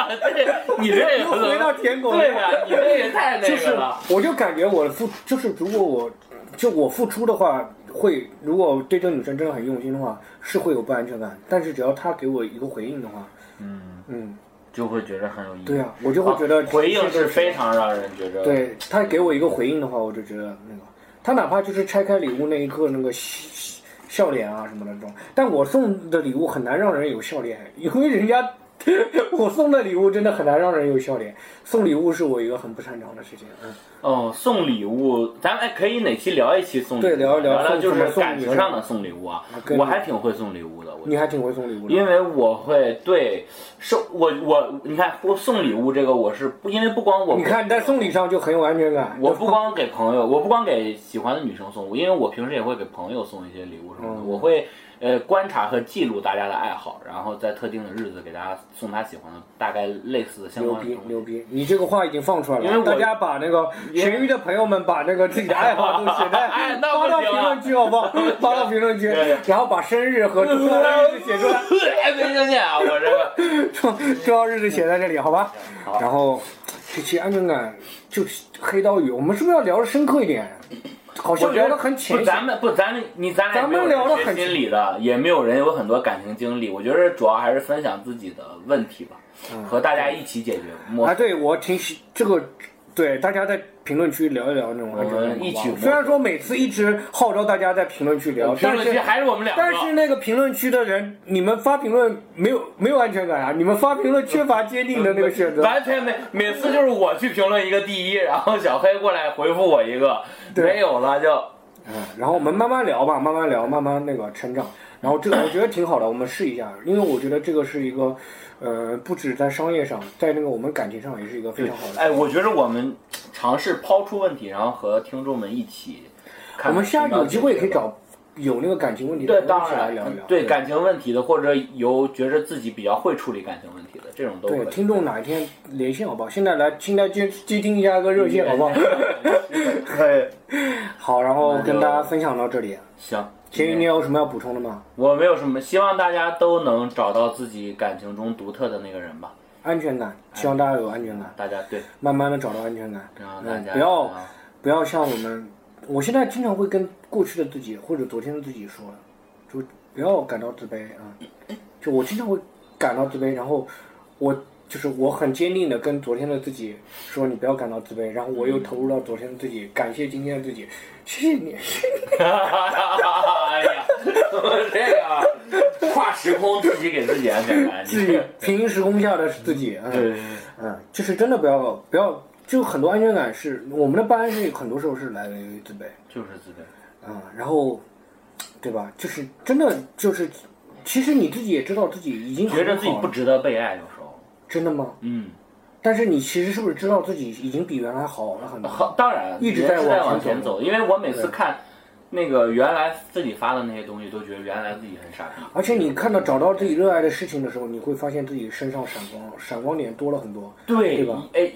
Speaker 2: 们这你这也
Speaker 1: 又回到舔狗了
Speaker 2: 对呀、你这也太
Speaker 1: 就
Speaker 2: 那
Speaker 1: 是
Speaker 2: 个了。，
Speaker 1: 我就感觉我付就是如果我就我付出的话，会如果对这个女生真的很用心的话，是会有不安全感。但是只要她给我一个回应的话，嗯嗯，
Speaker 2: 就会觉得很有意义。哦
Speaker 1: 对啊，我就会觉得、
Speaker 2: 回应是非常让人觉得，
Speaker 1: 对他给我一个回应的话，我就觉得那个，他哪怕就是拆开礼物那一刻那个笑笑脸啊什么的那种，但我送的礼物很难让人有笑脸，因为人家 我送的礼物真的很难让人有笑脸。送礼物是我一个很不擅长的事情。嗯，
Speaker 2: 哦，送礼物，咱们哎可以哪期聊一期送礼物？
Speaker 1: 对聊一聊
Speaker 2: 聊
Speaker 1: 送
Speaker 2: 就
Speaker 1: 什
Speaker 2: 是
Speaker 1: 么送
Speaker 2: 感
Speaker 1: 礼
Speaker 2: 情
Speaker 1: 物
Speaker 2: 上的送礼物啊
Speaker 1: 啊。跟
Speaker 2: 我还挺会送礼物的，我
Speaker 1: 你还挺会送礼物的，
Speaker 2: 因为我会对收我我你看我送礼物这个我是不因为不光我
Speaker 1: 你看你在送礼上就很有安全感。
Speaker 2: 我不光给朋友，我不光给喜欢的女生送，因为我平时也会给朋友送一些礼物什
Speaker 1: 嗯
Speaker 2: 么的。我会呃观察和记录大家的爱好，然后在特定的日子给大家送他喜欢的大概类似的相
Speaker 1: 牛
Speaker 2: 关的
Speaker 1: 逼
Speaker 2: 东西。
Speaker 1: 牛逼！你这个话已经放出来
Speaker 2: 因为
Speaker 1: 了，
Speaker 2: 我
Speaker 1: 大家把那个咸鱼的朋友们把那个自己的爱好都写在
Speaker 2: 哎 那不
Speaker 1: 发
Speaker 2: 行
Speaker 1: 到
Speaker 2: 啊
Speaker 1: 评论区好不好？发到评论区
Speaker 2: 对对，
Speaker 1: 然后把生日和重要日子写出来，
Speaker 2: 哎，没听见啊！我 这个
Speaker 1: 重重要日子写在这里，好吧？然后这期安全感就是黑刀鱼，我们是不是要聊的深刻一点？好像
Speaker 2: 我觉
Speaker 1: 聊
Speaker 2: 得
Speaker 1: 得很
Speaker 2: 不，
Speaker 1: 浅显
Speaker 2: 咱。们不，咱们你咱俩
Speaker 1: 咱们
Speaker 2: 没有人
Speaker 1: 聊得很
Speaker 2: 学心理的，也没有人有很多感情经历。我觉得主要还是分享自己的问题吧，和大家一起解决。我
Speaker 1: 嗯啊，对我挺喜这个，对大家在评论区聊一聊那种安全感好不好
Speaker 2: 一起
Speaker 1: 虽然说每次一直号召大家在评论区聊，
Speaker 2: 评
Speaker 1: 但
Speaker 2: 论
Speaker 1: 是
Speaker 2: 区还是我们两个。
Speaker 1: 但是那个评论区的人，你们发评论没有没有安全感啊？你们发评论缺乏坚定的那个选择。
Speaker 2: 完全没，每次就是我去评论一个第一，然后小黑过来回复我一个，
Speaker 1: 对
Speaker 2: 没有了就
Speaker 1: 嗯，然后我们慢慢聊吧，慢慢聊，慢慢那个成长。然后这个我觉得挺好的，我们试一下，因为我觉得这个是一个，呃，不止在商业上，在那个我们感情上也是一个非常好的。
Speaker 2: 哎，我觉得我们尝试抛出问题，然后和听众们一起看看
Speaker 1: 我们下次有机会可以
Speaker 2: 寻找解决吧。
Speaker 1: 找有那个感情问题的
Speaker 2: 对，
Speaker 1: 朋友一
Speaker 2: 当
Speaker 1: 起来
Speaker 2: 然嗯
Speaker 1: 聊一聊。
Speaker 2: 对感情问题的，或者有觉着自己比较会处理感情问题的，这种都
Speaker 1: 对，
Speaker 2: 可以。
Speaker 1: 听众哪一天连线好不好？现在来，现在接接听一下个热线好不好？
Speaker 2: 对，
Speaker 1: 好，然后
Speaker 2: 嗯那就
Speaker 1: 跟大家分享到这里。
Speaker 2: 行，
Speaker 1: 咸鱼，你有什么要补充的吗？
Speaker 2: 我没有什么，希望大家都能找到自己感情中独特的那个人吧。
Speaker 1: 安全感，希望大家有安全感，
Speaker 2: 大家对，啊
Speaker 1: 慢慢的找到安全感。
Speaker 2: 然后大
Speaker 1: 嗯，
Speaker 2: 家
Speaker 1: 不要
Speaker 2: 啊
Speaker 1: 不要像我们，我现在经常会跟过去的自己或者昨天的自己说，就不要感到自卑啊。就我经常会感到自卑，然后我就是我很坚定的跟昨天的自己说，你不要感到自卑，然后我又投入到昨天的自己，感谢今天的自己，谢谢你，
Speaker 4: 哎呀，这个跨时空自己给自己安全感，
Speaker 1: 自 己平行时空下的自己啊。
Speaker 4: 对，
Speaker 1: 嗯，就是真的不要不要，就很多安全感是我们的不安是很多时候是来源于自卑，
Speaker 4: 就是自卑，
Speaker 1: 嗯，然后，对吧？就是真的就是，其实你自己也知道自己已经
Speaker 4: 觉
Speaker 1: 很
Speaker 4: 得自己
Speaker 1: 好
Speaker 4: 不
Speaker 1: 了，
Speaker 4: 值得被爱，有时候，
Speaker 1: 真的吗？
Speaker 4: 嗯，
Speaker 1: 但是你其实是不是知道自己已经比原来好了很多？
Speaker 4: 好，当然
Speaker 1: 一直
Speaker 4: 人
Speaker 1: 在
Speaker 4: 是
Speaker 1: 往
Speaker 4: 在
Speaker 1: 前
Speaker 4: 往前
Speaker 1: 走
Speaker 4: 走，因为我每次看那个原来自己发的那些东西，都觉得原来自己很傻逼，
Speaker 1: 而且你看到找到自己热爱的事情的时候，你会发现自己身上闪光闪光点多了很多。
Speaker 4: 对
Speaker 1: 对吧？
Speaker 4: 哎，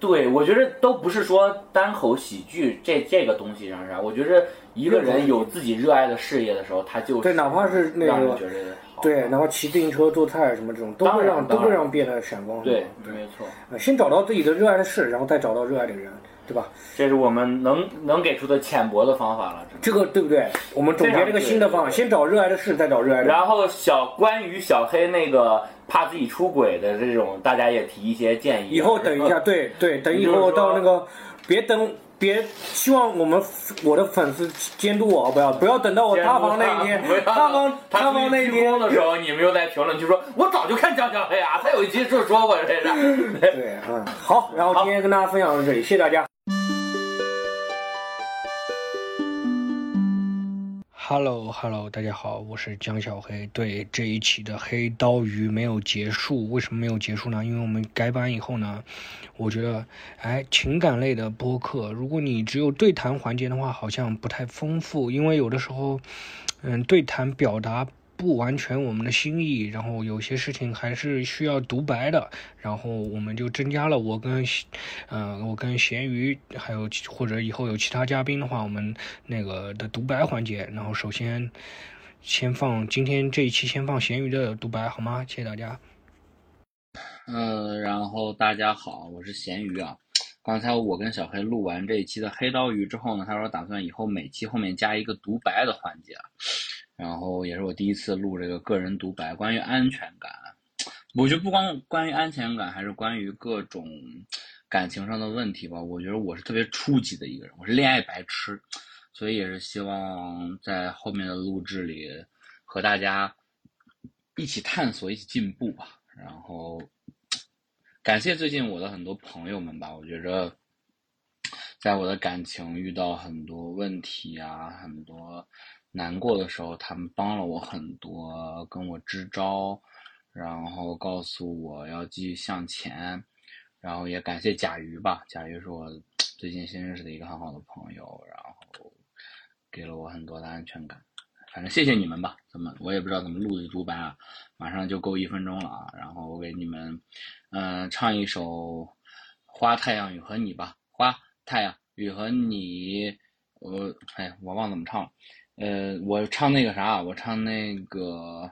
Speaker 4: 对，我觉得都不是说单口喜剧这这个东西让啥，我觉得一个人有自己热爱的事业的时候，他就
Speaker 1: 对哪怕是那个
Speaker 4: 让人觉得好，
Speaker 1: 对，然后骑自行车、做菜什么这种，都
Speaker 4: 当
Speaker 1: 会
Speaker 4: 然
Speaker 1: 让都
Speaker 4: 当
Speaker 1: 会
Speaker 4: 然
Speaker 1: 让变得闪光。
Speaker 4: 对，
Speaker 1: 对
Speaker 4: 没错，
Speaker 1: 呃先找到自己的热爱的事，然后再找到热爱的人，对吧？
Speaker 4: 这是我们能能给出的浅薄的方法了，真的。
Speaker 1: 这个对不对？我们总
Speaker 4: 非
Speaker 1: 结
Speaker 4: 常
Speaker 1: 这个
Speaker 4: 对
Speaker 1: 新的
Speaker 4: 对
Speaker 1: 方法，
Speaker 4: 对
Speaker 1: 先找热爱的事，再找热爱的人。
Speaker 4: 然后小关于小黑那个怕自己出轨的这种，大家也提一些建议。
Speaker 1: 以后等一 下，对对，等以后到那个，别等，别希望我们我的粉丝监督我，不要不要等到我塌房那一天
Speaker 4: 不要，
Speaker 1: 塌房塌
Speaker 4: 他
Speaker 1: 房
Speaker 4: 自
Speaker 1: 那
Speaker 4: 己
Speaker 1: 一
Speaker 4: 鞠
Speaker 1: 天
Speaker 4: 躬，的时候，你们又在评论区说：“我早就看张小黑啊，他有一期就说过这事。”
Speaker 1: 对，嗯，好，然后今天跟大家分享到这里，谢谢大家。Hello Hello，大家好，我是江小黑。对这一期的黑刀鱼没有结束，为什么没有结束呢？因为我们改版以后呢，我觉得，哎，情感类的播客，如果你只有对谈环节的话，好像不太丰富，因为有的时候，嗯，对谈表达不完全我们的心意，然后有些事情还是需要独白的，然后我们就增加了我跟，呃，我跟咸鱼还有其或者以后有其他嘉宾的话，我们那个的独白环节，然后首先先放今天这一期先放咸鱼的独白好吗？谢谢大家。
Speaker 2: 嗯，然后大家好，我是咸鱼啊。刚才我跟小黑录完这一期的黑刀鱼之后呢，他说打算以后每期后面加一个独白的环节啊，然后也是我第一次录这个个人独白，关于安全感啊，我觉得不光关于安全感，还是关于各种感情上的问题吧。我觉得我是特别初级的一个人，我是恋爱白痴，所以也是希望在后面的录制里和大家一起探索，一起进步吧。然后感谢最近我的很多朋友们吧，我觉着，在我的感情遇到很多问题啊，很多难过的时候，他们帮了我很多，跟我支招，然后告诉我要继续向前，然后也感谢甲鱼吧，甲鱼是我最近新认识的一个很好的朋友，然后给了我很多的安全感。反正谢谢你们吧，怎么我也不知道怎么录的独白啊，马上就够一分钟了啊，然后我给你们，嗯、唱一首《花太阳雨和你》吧，《花太阳雨和你》，我哎，我忘怎么唱了，呃，我唱那个啥，我唱那个，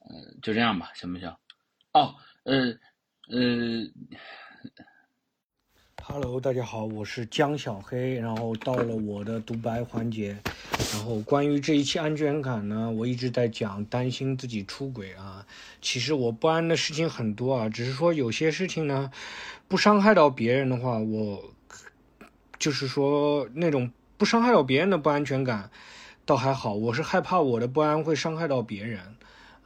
Speaker 2: 呃，就这样吧，行不行？哦，呃，呃，
Speaker 1: Hello，大家好，我是江小黑。然后到了我的独白环节，然后关于这一期安全感呢，我一直在讲担心自己出轨啊。其实我不安的事情很多啊，只是说有些事情呢，不伤害到别人的话，我就是说那种不伤害到别人的不安全感，倒还好。我是害怕我的不安会伤害到别人，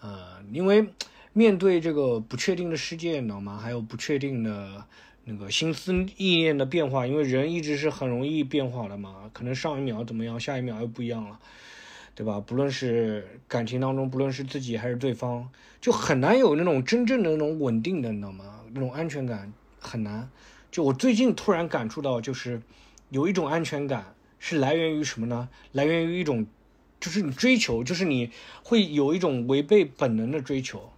Speaker 1: 呃，因为面对这个不确定的世界，你知道吗？还有不确定的那个心思意念的变化，因为人一直是很容易变化的嘛，可能上一秒怎么样，下一秒又不一样了。对吧？不论是感情当中，不论是自己还是对方，就很难有那种真正的那种稳定的，你知道吗？那种安全感很难。就我最近突然感触到，就是有一种安全感是来源于什么呢？来源于一种，就是你追求，就是你会有一种违背本能的追求。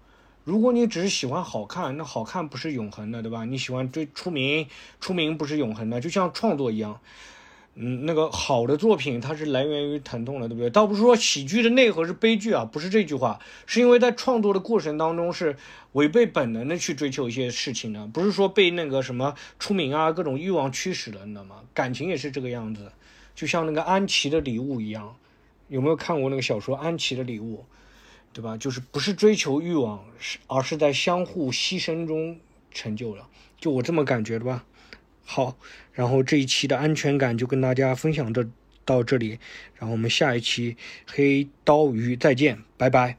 Speaker 1: 如果你只是喜欢好看，那好看不是永恒的，对吧？你喜欢追出名，出名不是永恒的，就像创作一样，
Speaker 5: 嗯，那个好的作品它是来源于疼痛的，对不对？倒不是说喜剧的内核是悲剧啊，不是这句话，是因为在创作的过程当中是违背本能的去追求一些事情的，不是说被那个什么出名啊各种欲望驱使的，你知道吗？感情也是这个样子，就像那个安琪的礼物一样，有没有看过那个小说《安琪的礼物》？对吧？就是不是追求欲望，是而是在相互牺牲中成就了。就我这么感觉的吧。好，然后这一期的安全感就跟大家分享这到这里，然后我们下一期黑刀鱼再见，拜拜。